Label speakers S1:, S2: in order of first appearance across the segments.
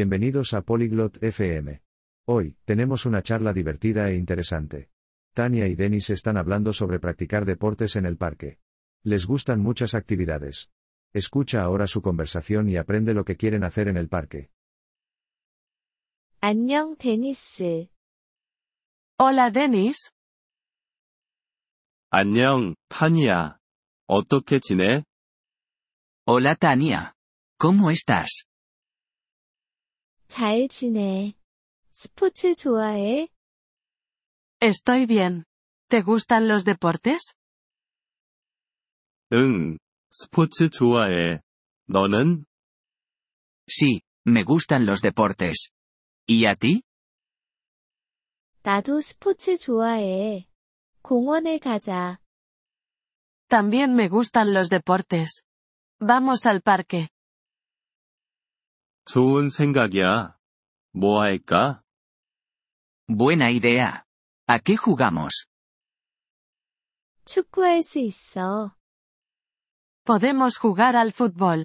S1: Bienvenidos a Polyglot FM. Hoy, tenemos una charla divertida e interesante. Tania y Denis están hablando sobre practicar deportes en el parque. Les gustan muchas actividades. Escucha ahora su conversación y aprende lo que quieren hacer en el parque.
S2: 안녕, 데니스.
S3: Hola Dennis,
S4: 안녕, 타니야. 어떻게 지내?
S5: Hola Tania. ¿Cómo estás?
S2: 잘 지내. 스포츠 좋아해?
S3: estoy bien. ¿Te gustan los deportes?
S4: 응, 스포츠 좋아해. 너는?
S5: Sí, me gustan los deportes. ¿Y a ti?
S2: 나도 스포츠 좋아해. 공원에 가자.
S3: También me gustan los deportes. Vamos al parque.
S4: 좋은 생각이야. 뭐 할까?
S5: Buena idea. ¿A qué jugamos?
S2: 축구할 수 있어.
S3: Podemos jugar al fútbol.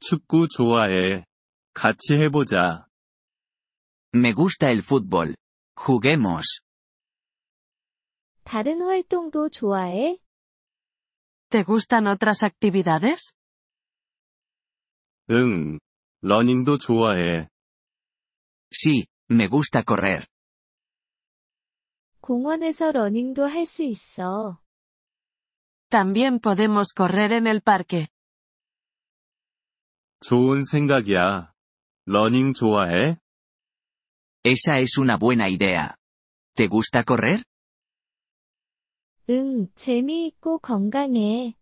S4: 축구 좋아해. 같이 해보자.
S5: Me gusta el fútbol. Juguemos.
S2: 다른 활동도 좋아해?
S3: ¿Te gustan otras actividades?
S4: 응, 러닝도 좋아해.
S5: Sí, me gusta correr.
S2: 공원에서 러닝도 할 수 있어.
S3: También podemos correr en el parque.
S4: 좋은 생각이야. 러닝 좋아해?
S5: Esa es una buena idea. ¿Te gusta correr?
S2: 응, 재미있고 건강해.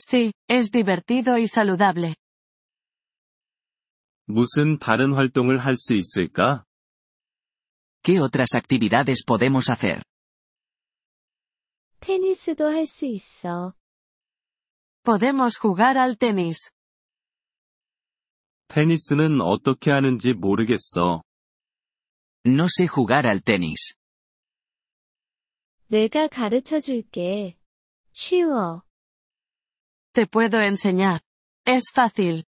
S3: Sí, es divertido y saludable.
S4: 무슨 다른 활동을 할 수 있을까?
S5: ¿Qué otras actividades podemos hacer?
S2: 테니스도 할 수 있어.
S3: Podemos jugar al tenis.
S4: 테니스는 어떻게 하는지 모르겠어.
S5: No sé jugar al tenis.
S2: 내가 가르쳐 줄게. 쉬워.
S3: Te puedo enseñar. Es fácil.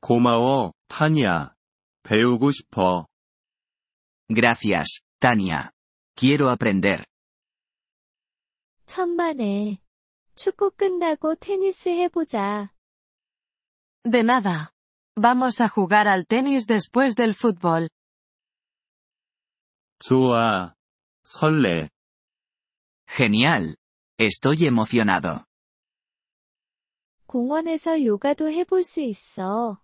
S4: 고마워, 타니야. 배우고 싶어.
S5: Gracias, Tania. Quiero aprender.
S2: 천만에. 축구 끝나고 테니스 해보자.
S3: De nada. Vamos a jugar al tenis después del fútbol.
S4: 좋아. 설레.
S5: Genial. Estoy emocionado.
S2: 공원에서 요가도 해볼 수 있어.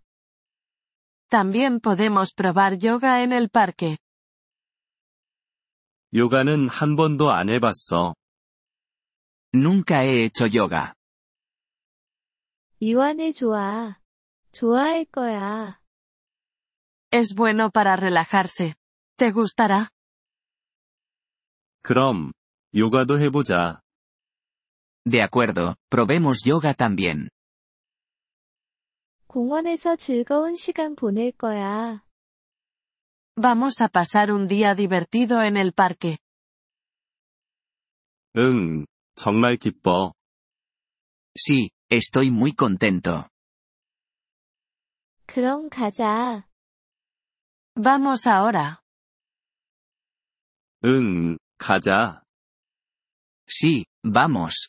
S3: También podemos probar yoga en el parque.
S4: 요가는 한 번도 안 해봤어.
S5: Nunca he hecho yoga.
S2: 이완해 좋아. 좋아할 거야.
S3: Es bueno para relajarse. ¿Te gustará?
S4: 그럼, 요가도 해보자.
S5: De acuerdo, probemos yoga también.
S2: 공원에서 즐거운 시간 보낼 거야.
S3: Vamos a pasar un día divertido en el parque.
S4: 응, 정말 기뻐.
S5: Sí, estoy muy contento.
S2: 그럼 가자.
S3: Vamos ahora.
S4: 응, 가자.
S5: Sí, vamos.